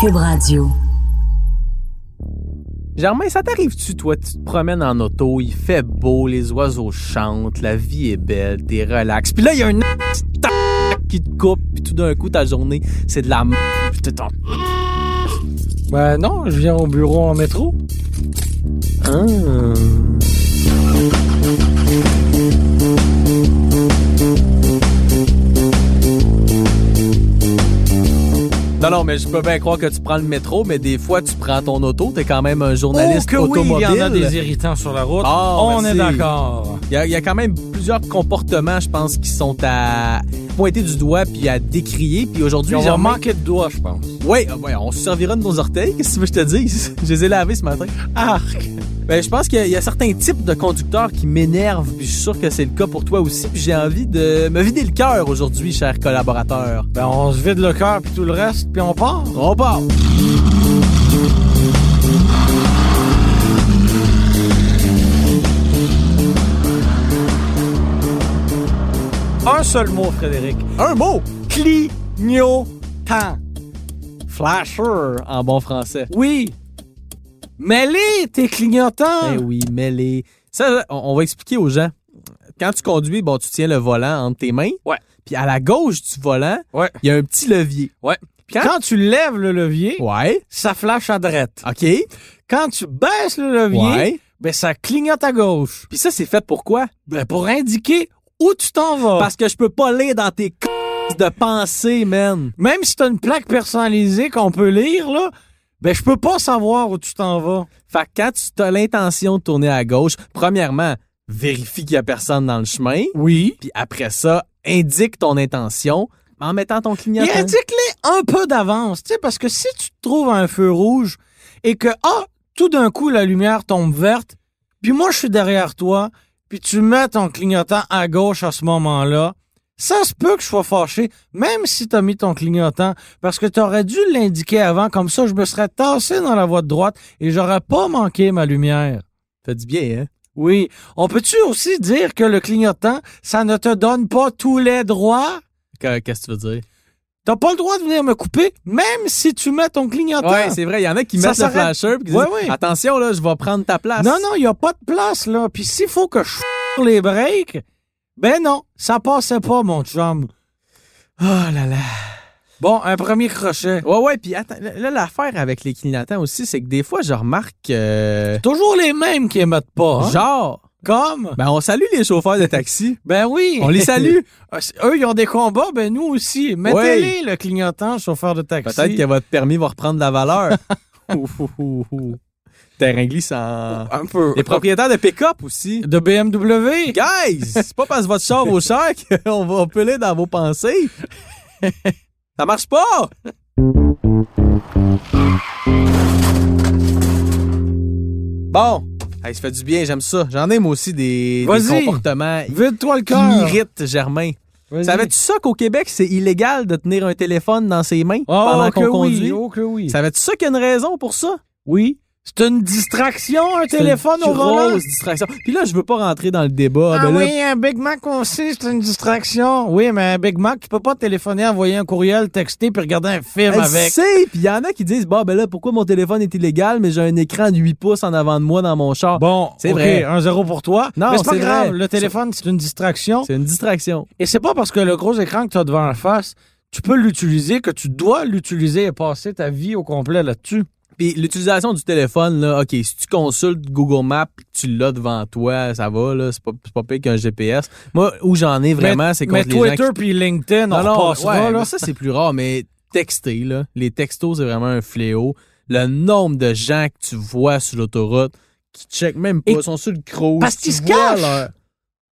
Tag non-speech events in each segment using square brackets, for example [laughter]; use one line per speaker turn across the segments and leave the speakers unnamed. Cube Radio.
Germain, ça t'arrive-tu, toi, tu te promènes en auto, il fait beau, les oiseaux chantent, la vie est belle, t'es relax. Puis là, il y a un qui te coupe, puis tout d'un coup, ta journée, c'est de la m... Puis t'es ton...
Ben non, je viens au bureau en métro.
Ah. Non, non, mais je peux bien croire que tu prends le métro, mais des fois, tu prends ton auto, t'es quand même un journaliste
Oh, que oui, il
automobile.
y en a des irritants sur la route.
Ah,
On
merci.
est d'accord.
Il y, a, il y a quand même plusieurs comportements, je pense, qui sont à pointer du doigt puis à décrier. Puis aujourd'hui,
Puis On
j'ai
va manquer de doigts, je pense.
Oui, euh, on se servira de nos orteils. Qu'est-ce que tu veux que je te dise? [laughs] Je les ai lavés ce matin. Arc! Ben, je pense qu'il y a- il y, a certains types de conducteurs qui m'énervent, puis je suis sûr que c'est le cas pour toi aussi. Puis j'ai envie de me vider le cœur aujourd'hui, cher collaborateur.
Ben on se vide le cœur puis tout le reste, puis on part.
On part!
Un seul mot, Frédéric.
Un mot!
Clignotant.
Flasher, en bon français.
Oui. Mêlé, t'es clignotant.
Ben oui, mêlé. Ça, là, on on va expliquer aux gens. Quand tu conduis, bon, tu tiens le volant entre tes mains.
Ouais.
Puis à la gauche du volant,
Ouais.
il y a un petit levier.
Ouais.
Quand-
Quand... tu lèves le levier,
Ouais.
ça flash à droite.
OK.
Quand tu baisses le levier,
Ouais.
ben ça clignote à gauche.
Puis ça, c'est fait pour quoi?
Ben pour indiquer où tu t'en vas.
Parce que je peux pas lire dans tes c***s de pensée, man.
même si t'as une plaque personnalisée qu'on peut lire, là, ben je peux pas savoir où tu t'en vas.
Fait que quand tu as l'intention de tourner à gauche, premièrement, vérifie qu'il y a personne dans le chemin.
Oui.
Puis après ça, indique ton intention en mettant ton
Et
clignotant.
indique-les un peu d'avance, tu sais, parce que si tu te trouves à un feu rouge et que, ah, tout d'un coup, la lumière tombe verte, puis moi, je suis derrière toi, puis tu mets ton clignotant à gauche à ce moment-là, ça se peut que je sois fâché, même si t'as mis ton clignotant, parce que t'aurais dû l'indiquer avant, comme ça, je me serais tassé dans la voie de droite et j'aurais pas manqué ma lumière.
Fait du bien, hein?
Oui. On peut-tu aussi dire que le clignotant, ça ne te donne pas tous les droits?
Que- Qu'est-ce que tu veux dire?
T'as pas le droit de venir me couper, même si tu mets ton clignotant.
Ouais, c'est vrai. Il y en a qui
Ça
mettent le
s'arrête.
flasher puis qui
Ouais,
disent
ouais.
Attention, là, je vais prendre ta place.
non, non, il n'y a pas de place, là. Puis s'il faut que je f- les breaks, ben non, ça passait pas, mon chum.
Oh là là.
Bon, un premier crochet.
Ouais, ouais. Puis attends, là, l'affaire avec les clignotants aussi, c'est que des fois, je remarque que.
Toujours les mêmes qui émettent pas. hein?
Genre,
Comme.
ben, on salue les chauffeurs de taxi.
Ben oui.
On les salue.
[laughs] Ah, c'est- Eux, ils ont des combats, ben nous aussi. Mettez-les, le clignotant, chauffeur de taxi.
Peut-être que votre permis va reprendre de la valeur. Ouh, ouh, ouh, ouh. Terrain glissant.
Un peu.
Les propriétaires de pick-up aussi.
De BMW.
Guys, c'est pas parce que votre char vaut cher [laughs] qu'on va peler dans vos pensées. Ça marche pas! Bon, hey, ça fait du bien, j'aime ça. J'en ai moi aussi des, des
Vas-y.
comportements
Vide-toi le
qui
cœur.
m'irritent, Germain.
Vas-y.
Savais-tu ça qu'au Québec, c'est illégal de tenir un téléphone dans ses mains
Oh,
pendant
que
qu'on
Oui,
conduit?
oh que oui.
Savais-tu ça qu'il y a une raison pour ça?
Oui. C'est une distraction, un téléphone
C'est
au
une
volant.
grosse distraction. Puis là, je veux pas rentrer dans le débat.
Ah
ben là,
oui, un Big Mac aussi, c'est une distraction. Oui, mais un Big Mac, tu peux pas téléphoner, envoyer un courriel, texter, puis regarder un film
Elle
avec.
sait, puis il y en a qui disent bah ben là pourquoi mon téléphone est illégal mais j'ai un écran de 8 pouces en avant de moi dans mon char.
Bon,
C'est
c'est
vrai.
vrai. Un zéro pour toi.
Non,
mais c'est pas
c'est
grave.
vrai.
Le téléphone, c'est une distraction.
C'est une distraction.
Et c'est pas parce que le gros écran que tu as devant la face, tu peux l'utiliser, que tu dois l'utiliser et passer ta vie au complet là-dessus.
Puis l'utilisation du téléphone là, OK, si tu consultes Google Maps, puis que tu l'as devant toi, ça va là, c'est pas c'est pas pire qu'un GPS. Moi où j'en ai vraiment
Mais-
c'est
Mais
contre les
Twitter
gens qui...
puis LinkedIn, on repassera,
ouais,
là.
mais ça c'est plus rare mais texter là, les textos c'est vraiment un fléau. Le nombre de gens que tu vois sur l'autoroute qui checkent même pas,
Et-
ils sont sur le cross.
Parce
tu
qu'ils se
vois
cachent.
leur-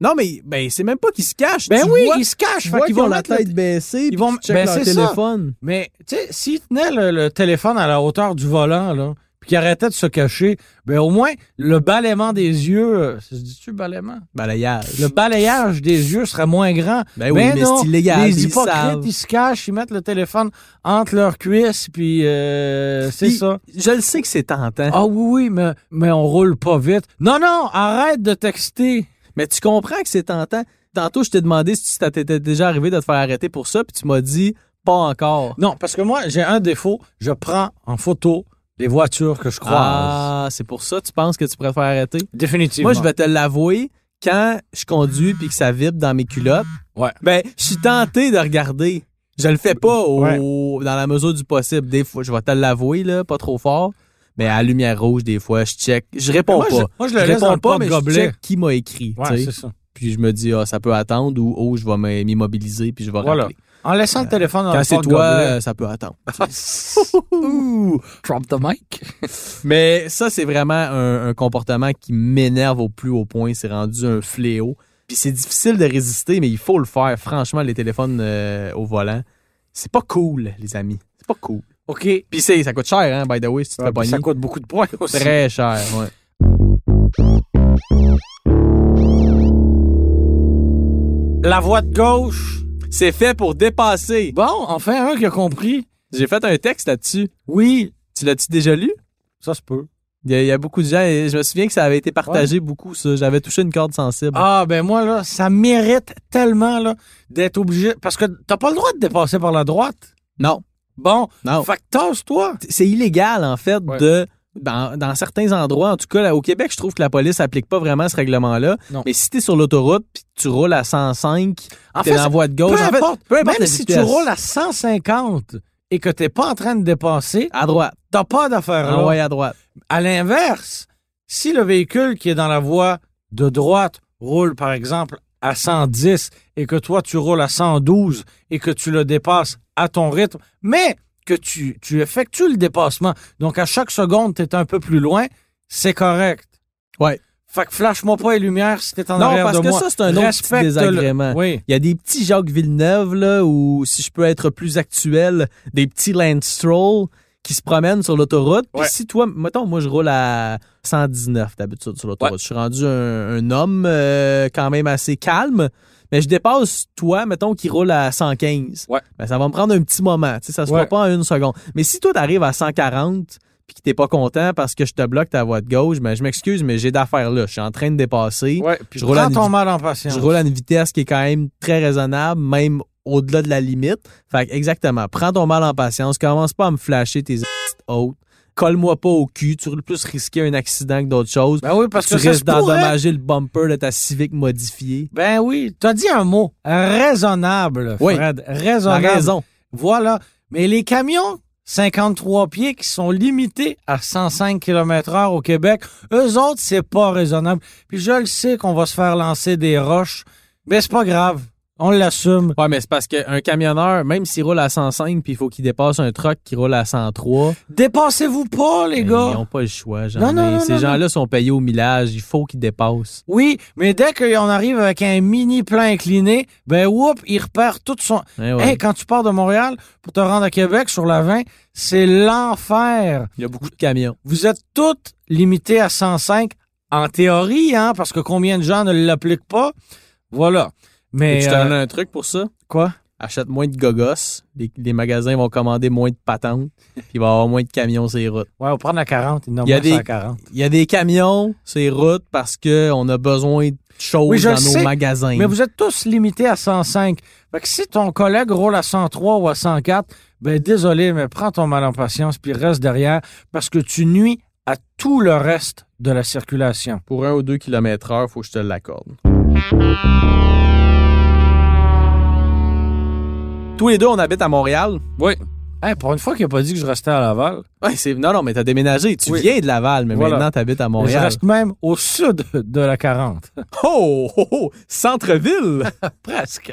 Non mais ben c'est même pas qu'ils se cachent,
Ben
tu
oui,
vois
ils se cachent.
Je
Fait
vois
qu'ils
qu'ils
vont
ont la
mettre le-
tête baissée, ils
vont-
vont checker
ben,
leur
c'est ça.
téléphone.
Mais, tu sais, s'il tenait le, le téléphone à la hauteur du volant, là, puis qu'il arrêtait de se cacher, ben au moins, le balayement des yeux, euh, ça se dit-tu balayement?
Balayage.
Le balayage des yeux serait moins grand.
Ben oui, mais
non,
c'est illégal,
Les
ils
hypocrites,
savent.
ils se cachent, ils mettent le téléphone entre leurs cuisses, puis euh, c'est
Puis,
ça.
Je le sais que c'est tentant,
Ah oui, oui, mais, mais on roule pas vite. Non, non, arrête de texter.
mais tu comprends que c'est tentant. Tantôt, je t'ai demandé si ça t'était déjà arrivé de te faire arrêter pour ça, puis tu m'as dit Pas encore.
Non, parce que moi, j'ai un défaut. Je prends en photo les voitures que je croise.
Ah, c'est pour ça que tu penses que tu préfères arrêter?
Définitivement.
Moi, je vais te l'avouer, quand je conduis puis que ça vibre dans mes culottes,
Ouais.
ben, je suis tenté de regarder. Je le fais pas au-
Ouais.
dans la mesure du possible. Des fois, je vais te l'avouer, là, pas trop fort. Mais à la lumière rouge, des fois, je check. Je réponds
Moi,
pas.
je- moi, je le
Je
laisse
réponds
dans le
pas, mais je
porte-gobelet.
check qui m'a écrit. tu
Ouais,
sais.
c'est ça.
puis je me dis, ah, ça peut attendre ou oh, je vais m'im- m'immobiliser puis je vais
Voilà.
rappeler.
En laissant le téléphone dans
Quand
le
c'est toi, euh, ça peut attendre.
Ouh, drop the mic.
Mais ça, c'est vraiment un, un comportement qui m'énerve au plus haut point. C'est rendu un fléau. Puis c'est difficile de résister, mais il faut le faire. Franchement, les téléphones euh, au volant, c'est pas cool, les amis. C'est pas cool.
OK. Ouais,
Puis c'est- ça coûte cher, hein, by the way, si tu te fais
Ah, puis ça
pogner.
coûte beaucoup de points aussi.
Très cher, ouais.
La voie de gauche.
C'est fait pour dépasser.
Bon, enfin, un qui a compris.
J'ai fait un texte là-dessus.
Oui,
Tu l'as-tu déjà lu?
ça se peut.
Il y, a, il y a beaucoup de gens, et je me souviens que ça avait été partagé beaucoup, ça. J'avais touché une corde sensible.
Ah, ben moi, là, ça mérite tellement là, d'être obligé. Parce que t'as pas le droit de dépasser par la droite.
Non,
Bon,
non.
fait que tasse-toi.
c'est illégal, en fait,
Ouais.
de. Dans, dans certains endroits, en tout cas, là, au Québec, je trouve que la police n'applique pas vraiment ce règlement-là.
Non.
Mais si tu es sur l'autoroute puis tu roules à 105, tu
En
es
fait,
dans la
ça-
voie de
peu
gauche, en fait,
importe,
peu importe la
même si tu
vitesse.
roules à 150 et que t'es pas en train de dépasser,
à droite,
t'as pas d'affaire là.
envoyé à droite.
À l'inverse, si le véhicule qui est dans la voie de droite roule, par exemple, à 110 et que toi, tu roules à 112 et que tu le dépasses à ton rythme, mais que tu, tu effectues le dépassement, donc à chaque seconde, tu es un peu plus loin, c'est correct.
Ouais.
Fait que flash-moi pas les lumières si t'es en
Non,
arrière
parce
de
que
moi.
ça, c'est un autre petit
Respecte-le.
désagrément.
Oui.
Il y a des petits Jacques Villeneuve, là, ou si je peux être plus actuel, des petits Lance Stroll qui se promènent sur l'autoroute. Puis
Ouais.
si toi, mettons, moi, je roule à 119 d'habitude sur l'autoroute. Je suis rendu un, un homme euh, quand même assez calme, mais je dépasse toi, mettons, qui roule à 115.
Ouais.
Ben, ça va me prendre un petit moment. Tu sais, ça se
Ouais.
fera pas en une seconde. Mais si toi, t'arrives à 140 puis que t'es pas content parce que je te bloque ta voie de gauche, ben, je m'excuse, mais j'ai d'affaires là. Je suis en train de dépasser.
Ouais, puis
Je roule à
prends ton
une-
mal en patience.
Je roule à une vitesse qui est quand même très raisonnable, même au-delà de la limite. Fait que exactement, prends ton mal en patience, commence pas à me flasher tes hautes, colle-moi pas au cul, tu roules plus risquer un accident que d'autres choses.
Ben oui, parce
tu
que ça se
risques
pourrait.
d'endommager le bumper de ta Civic modifiée.
Ben oui, t'as dit un mot. Raisonnable,
Oui.
Fred.
T'as
Raisonnable.
raison.
Voilà. Mais les camions 53 pieds qui sont limités à 105 km heure au Québec, eux autres, c'est pas raisonnable. Puis je le sais qu'on va se faire lancer des roches, mais c'est pas grave. On l'assume.
Ouais, mais c'est parce qu'un camionneur, même s'il roule à 105 puis il faut qu'il dépasse un truck qui roule à 103,
Dépassez-vous pas,
ben,
les
ils
gars.
n'ont pas le choix, j'en
Non, non, non,
Ces
non,
gens-là sont payés au millage, il faut qu'ils dépassent.
Oui, mais dès qu'on arrive avec un mini plan incliné, ben whoop, il repère tout son...
Ouais, ouais.
Hey, quand tu pars de Montréal pour te rendre à Québec sur la 20, c'est l'enfer.
Il y a beaucoup de camions.
Vous êtes toutes limitées à 105 en théorie, hein, parce que combien de gens ne l'appliquent pas? Voilà.
Et
Mais
tu te
euh,
donne un truc pour ça?
quoi?
achète moins de gogos, les, les magasins vont commander moins de [laughs] patentes, puis il va y avoir moins de camions sur les routes.
Ouais, on prend la 40, il y
Il y a
a
des-
des... 40.
Il y a des camions sur les routes parce qu'on a besoin de choses
Oui, je
dans
le
nos
sais,
magasins.
Mais vous êtes tous limités à 105. Fait que si ton collègue roule à 103 ou à 104, ben désolé, mais prends ton mal en patience puis reste derrière parce que tu nuis à tout le reste de la circulation.
Pour un ou deux kilomètres heure, faut que je te l'accorde. Tous les deux, on habite à Montréal.
Hey, pour une fois qu'il n'a pas dit que je restais à Laval,
Ouais, c'est... Non, non, mais t'as déménagé. Tu
Oui.
viens de Laval, mais
Voilà.
maintenant, t'habites à
je
Montréal.
reste même au sud de la 40.
Oh, oh, oh, centre-ville!
[laughs] Presque.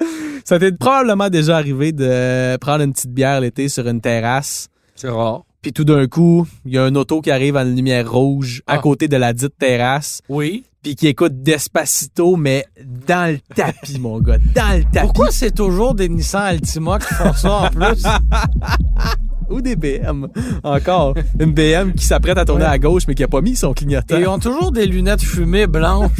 [laughs] Ça t'est probablement déjà arrivé de prendre une petite bière l'été sur une terrasse
C'est rare.
Puis tout d'un coup, il y a un auto qui arrive en lumière rouge à
Ah.
côté de la dite terrasse,
Oui.
puis qui écoute Despacito, mais dans le tapis, mon gars, dans le tapis.
[laughs] Pourquoi c'est toujours des Nissan Altima qui font [laughs] ça en plus?
[laughs] Ou des BM, encore. Une BM qui s'apprête à tourner
Ouais.
à gauche, mais qui a pas mis son clignotant.
Et ils ont toujours des lunettes fumées blanches.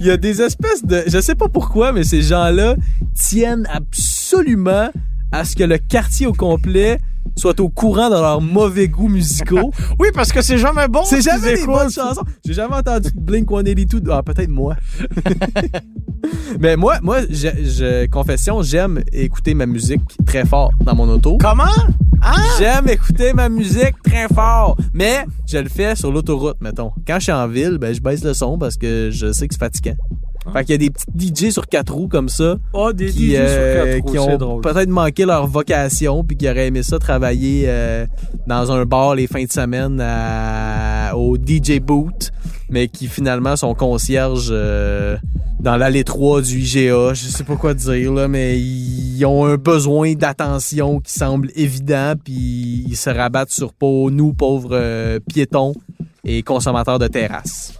Il y a des espèces de... Je sais pas pourquoi, mais ces gens-là tiennent absolument à ce que le quartier au complet soient au courant de leurs mauvais goûts musicaux.
[laughs] Oui, parce que c'est jamais bon.
C'est
ce qu'ils
jamais des
écoutent.
bonnes chansons. J'ai jamais entendu de Blink 182. Ah, peut-être [laughs] moi. Mais moi, moi, je, je- confession, j'aime écouter ma musique très fort dans mon auto.
[laughs] Comment?
J'aime écouter ma musique très fort, mais je le fais sur l'autoroute, mettons. Quand je suis en ville, ben, je baisse le son parce que je sais que c'est fatigant. Fait qu'il y a des petits DJ sur quatre roues comme ça
Oh, des
qui,
DJ
euh,
sur quatre
qui
roues, c'est
ont
drôle.
peut-être manqué leur vocation puis qui auraient aimé ça travailler euh, dans un bar les fins de semaine à- au DJ Boot, mais qui finalement sont concierges euh, dans l'allée 3 du IGA. Je sais pas quoi dire, là, mais ils ont un besoin d'attention qui semble évident puis ils se rabattent sur pour nous, pauvres euh, piétons et consommateurs de terrasses.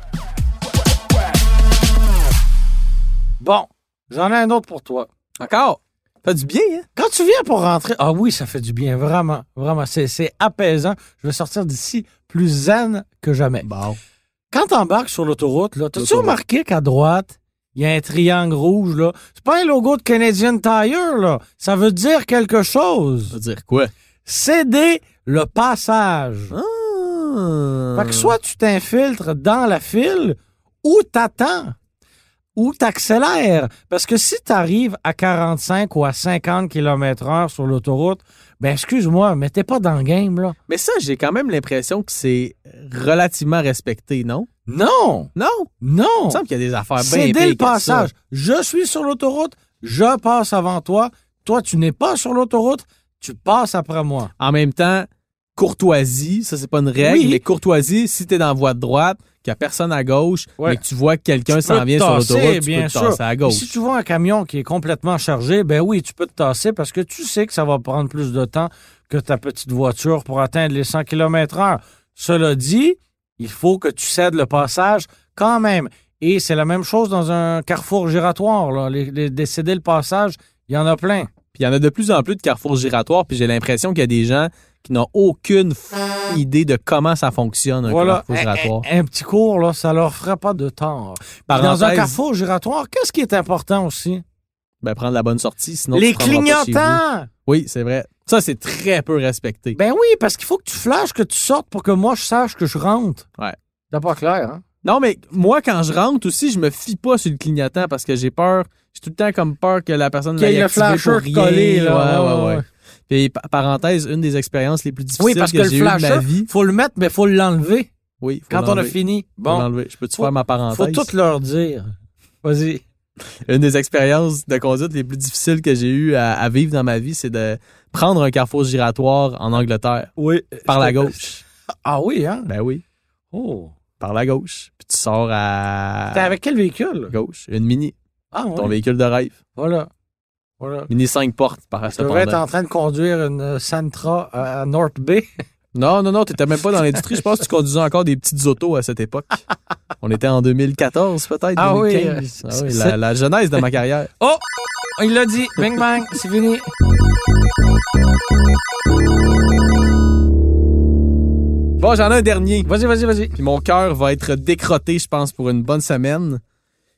Bon, j'en ai un autre pour toi.
Encore? Fait du bien, hein?
Quand tu viens pour rentrer, ah oui, ça fait du bien, vraiment, vraiment. C'est, c'est apaisant. Je vais sortir d'ici plus zen que jamais.
Bon.
Quand t'embarques sur l'autoroute, là, t'as-tu
L'autoroute.
remarqué qu'à droite, il y a un triangle rouge, là? C'est pas un logo de Canadian Tire, là. Ça veut dire quelque
Ça
chose.
veut dire quoi?
Céder le passage.
Hein?
Ah! Fait que soit tu t'infiltres dans la file ou t'attends ou t'accélères. Parce que si t'arrives à 45 ou à 50 km heure sur l'autoroute, ben excuse-moi, mais t'es pas dans le game, là.
Mais ça, j'ai quand même l'impression que c'est relativement respecté, non?
Non!
Non! Il
Non!
me semble qu'il y a des affaires bien
C'est dès
pires
le
que ça.
passage. Je suis sur l'autoroute, je passe avant toi. Toi, tu n'es pas sur l'autoroute, tu passes après moi.
En même temps, courtoisie, ça, c'est pas une règle,
Oui.
mais courtoisie, si t'es dans la voie de droite, qu'il y a personne à gauche,
Ouais.
mais que tu vois que quelqu'un
Tu peux
s'en
te
vient sur
tasser,
l'autoroute, tu
bien
peux te
sûr.
tasser à
Mais
gauche.
Si tu vois un camion qui est complètement chargé, ben oui, tu peux te tasser parce que tu sais que ça va prendre plus de temps que ta petite voiture pour atteindre les 100 km/h. Cela dit, il faut que tu cèdes le passage quand même. Et c'est la même chose dans un carrefour giratoire. Là. Les, les- les céder le passage, il y en a plein.
Puis il y en a de plus en plus de carrefours giratoires, puis j'ai l'impression qu'il y a des gens qui n'ont aucune f- idée de comment ça fonctionne, un
voilà. Eh,
carrefour giratoire.
Un, un- un petit cours, là, ça leur fera pas de tort. Puis eh. Dans un
Parenthèse,
carrefour giratoire, qu'est-ce qui est important aussi?
ben, prendre la bonne sortie, sinon
les
tu te rendras pas chez vous.
clignotants!
Oui, c'est vrai. Ça, c'est très peu respecté.
Ben oui, parce qu'il faut que tu flashes, que tu sortes pour que moi je sache que je rentre.
Ouais.
T'as pas clair, hein?
Non, mais moi, quand je rentre aussi, je me fie pas sur le clignotant parce que j'ai peur. J'ai tout le temps comme peur que la personne
Qu'il y ait
l'ait
le
activé
flasher
pour rien.
collé, là.
Ouais, ouais,
Ouais,
ouais.
ouais.
Puis, pa- parenthèse, une des expériences les plus difficiles
Oui, parce
que,
que le
j'ai eues de ma
flasher-
vie.
Faut le mettre, mais faut l'enlever
Oui, faut
quand on a
l'enlever.
fini.
Faut
Bon,
l'enlever. Je peux-tu
Faut-
faire ma parenthèse?
faut tout leur dire. Vas-y.
Une des expériences de conduite les plus difficiles que j'ai eues à, à vivre dans ma vie, c'est de prendre un carrefour giratoire en Angleterre
Oui.
par la gauche.
Ah oui, hein?
Ben oui,
Oh.
par la gauche. Puis tu sors à
T'es avec quel véhicule?
gauche. Une mini,
Ah oui.
ton Ah. véhicule de rêve.
Voilà. Voilà.
Mini 5 portes, par
Je devrais être en train de conduire une euh, Sentra à à North Bay.
Non, non, non, t'étais même pas dans l'industrie. Je pense que tu conduisais encore des petites autos à cette époque. On était en 2014, peut-être,
Ah oui,
2015.
euh,
Ah oui,
c'est-
la, la jeunesse de ma carrière.
Oh! Il l'a dit. Bing bang, c'est fini.
Bon, j'en ai un dernier.
Vas-y, vas-y, vas-y.
Puis mon cœur va être décrotté, je pense, pour une bonne semaine.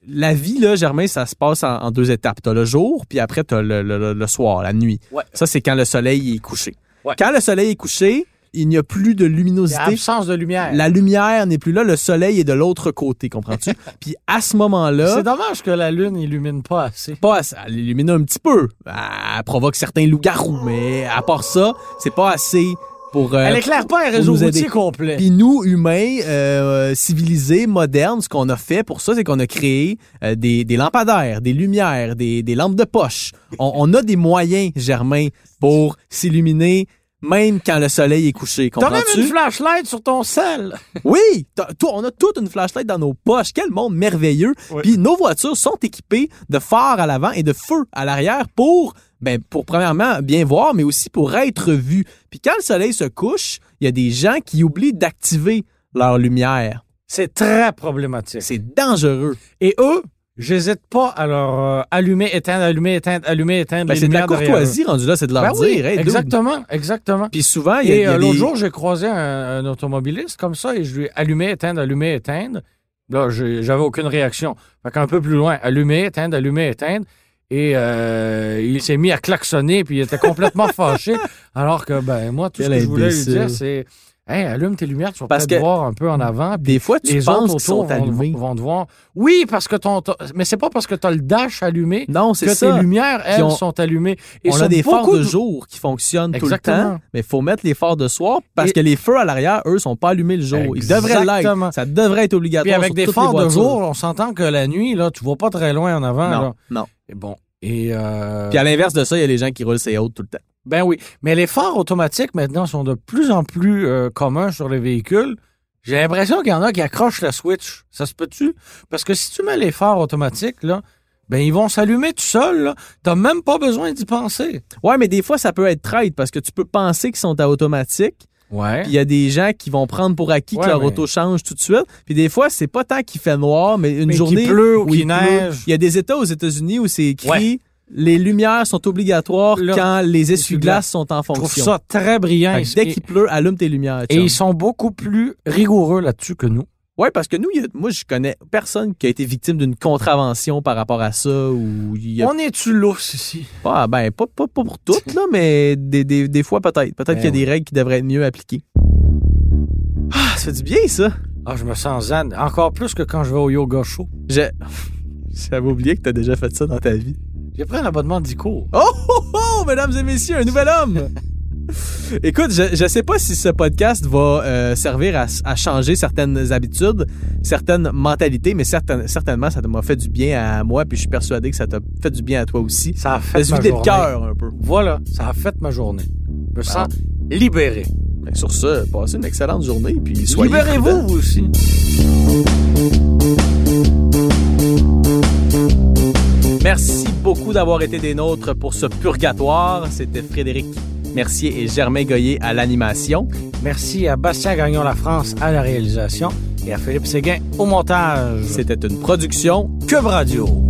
La vie, là, Germain, ça se passe en, en deux étapes. T'as le jour, puis après, t'as le, le, le- le soir, la nuit.
Ouais.
Ça, c'est quand le soleil est couché.
Ouais. Ah,
Quand le soleil est couché, il n'y a plus de luminosité.
Absence de lumière.
La lumière n'est plus là, le soleil est de l'autre côté,
[laughs]
comprends-tu? puis à ce moment-là,
C'est dommage que la lune illumine pas assez.
pas assez. Elle illumine un petit peu. Elle provoque certains loups-garous, mais à part ça, c'est pas assez pour. euh,
Elle éclaire pas un
pour
réseau
nous aider.
routier complet.
puis nous, humains, euh, civilisés, modernes, ce qu'on a fait pour ça, c'est qu'on a créé euh, des, des lampadaires, des lumières, des, des lampes de poche. On, on a des moyens, Germain, pour s'illuminer même quand le soleil est couché.
T'as même une
Comprends-tu?
flashlight sur ton sel.
Oui! t'as- toi, on a toute une flashlight dans nos poches. Quel monde merveilleux!
Oui.
Puis nos voitures sont équipées de phares à l'avant et de feux à l'arrière pour, ben, pour premièrement bien voir, mais aussi pour être vu. Puis quand le soleil se couche, il y a des gens qui oublient d'activer leur lumière.
C'est très problématique.
C'est dangereux.
Et eux, j'hésite pas à leur euh, allumer, éteindre, allumer, éteindre, allumer, éteindre.
Ben,
les
c'est de la
lumières derrière eux.
courtoisie rendu là, c'est de leur
Ben
dire.
oui,
Hey, dude.
exactement, exactement.
Puis souvent, il y a, il
Et
y a
euh, l'autre
des-
jour, j'ai croisé un, un automobiliste comme ça et je lui ai allumé, éteindre, allumé, éteindre. Là, j'ai- j'avais aucune réaction. Fait qu'un peu plus loin, allumer, éteindre, allumer, éteindre. Et euh, il s'est mis à klaxonner, puis il
[laughs]
était complètement fâché. Alors que, ben, moi, tout
Quel
ce que je voulais lui
imbécile.
dire, c'est Hey, allume tes lumières, tu vas
Parce
peut-être
que-
voir un peu en avant.
Des fois, tu
Les
penses
autres
qu'ils
autour
sont
vont,
allumés.
vont te voir. Oui, parce que ton. ton- mais c'est pas parce que tu as le dash allumé
Non,
que
c'est ça.
tes lumières, elles,
ont-
sont allumées. Et
on
sont
a des phares
beaucoup
de jour qui fonctionnent tout le
Exactement.
temps, mais il faut mettre les phares de soir parce
Et-
que les feux à l'arrière, eux, sont pas allumés le jour. Ils devraient
Exactement.
l'être. Ça devrait être obligatoire.
Puis avec
sur
des
toutes les
phares de
voitures.
jour, on s'entend que la nuit, là, tu vois pas très loin en avant.
Non,
là.
non.
Et bon. Et euh,
Puis à l'inverse de ça, il y a les gens qui roulent ses hautes tout le temps.
ben oui, mais les phares automatiques maintenant sont de plus en plus euh, communs sur les véhicules. J'ai l'impression qu'il y en a qui accrochent la switch. Ça se peut-tu Parce que si tu mets les phares automatiques là, ben ils vont s'allumer tout seuls. là. T'as même pas besoin d'y penser.
Ouais, mais des fois, ça peut être traite parce que tu peux penser qu'ils sont à automatique.
Ouais.
Puis il y a des gens qui vont prendre pour acquis
Ouais,
que leur
mais-
auto change tout de suite. Puis des fois, c'est pas tant qu'il fait noir, mais une
Mais qu'il
journée
pleut ou
où
qu'il
il pleut.
neige.
Il y a des États aux États-Unis où c'est écrit
Ouais.
les lumières sont obligatoires
Là,
quand les
essuie-glaces
essuie-glaces sont en
Je trouve
fonction.
ça très brillant.
Fait que dès qu'il pleut, allume tes lumières.
Et
chum.
ils sont beaucoup plus rigoureux là-dessus que nous.
Ouais, parce que nous, il y a- moi, je connais personne qui a été victime d'une contravention par rapport à ça ou il y a
On est-tu lousse ici?
pas, ben, pas, pas, pas pour toutes, là, mais des, des, des fois, peut-être. Peut-être
Ben
qu'il y a
oui.
des règles qui devraient être mieux appliquées. Ah, ça fait du bien, ça.
Ah, je me sens zen. Encore plus que quand je vais au yoga show.
J'ai- J'avais oublié que t'as déjà fait ça dans ta vie.
J'ai pris un abonnement de 10 cours.
Oh, oh, oh, mesdames et messieurs, un nouvel
[laughs]
homme! Écoute, je ne sais pas si ce podcast va euh, servir à, à changer certaines habitudes, certaines mentalités, mais certain- certainement, ça m'a fait du bien à moi, puis je suis persuadé que ça t'a fait du bien à toi aussi.
Ça a
Ça
fait
se
ma
vider le
journée.
cœur un peu.
Voilà, ça a fait ma journée. Je me sens libéré.
Mais Ben, sur ce, passez une excellente journée, puis soyez prudents.
Libérez-vous vous aussi.
Merci beaucoup d'avoir été des nôtres pour ce purgatoire. C'était Frédéric Mercier et Germain Goyer à l'animation.
Merci à Bastien Gagnon La France à la réalisation et à Philippe Séguin au montage.
C'était une production
Cube Radio.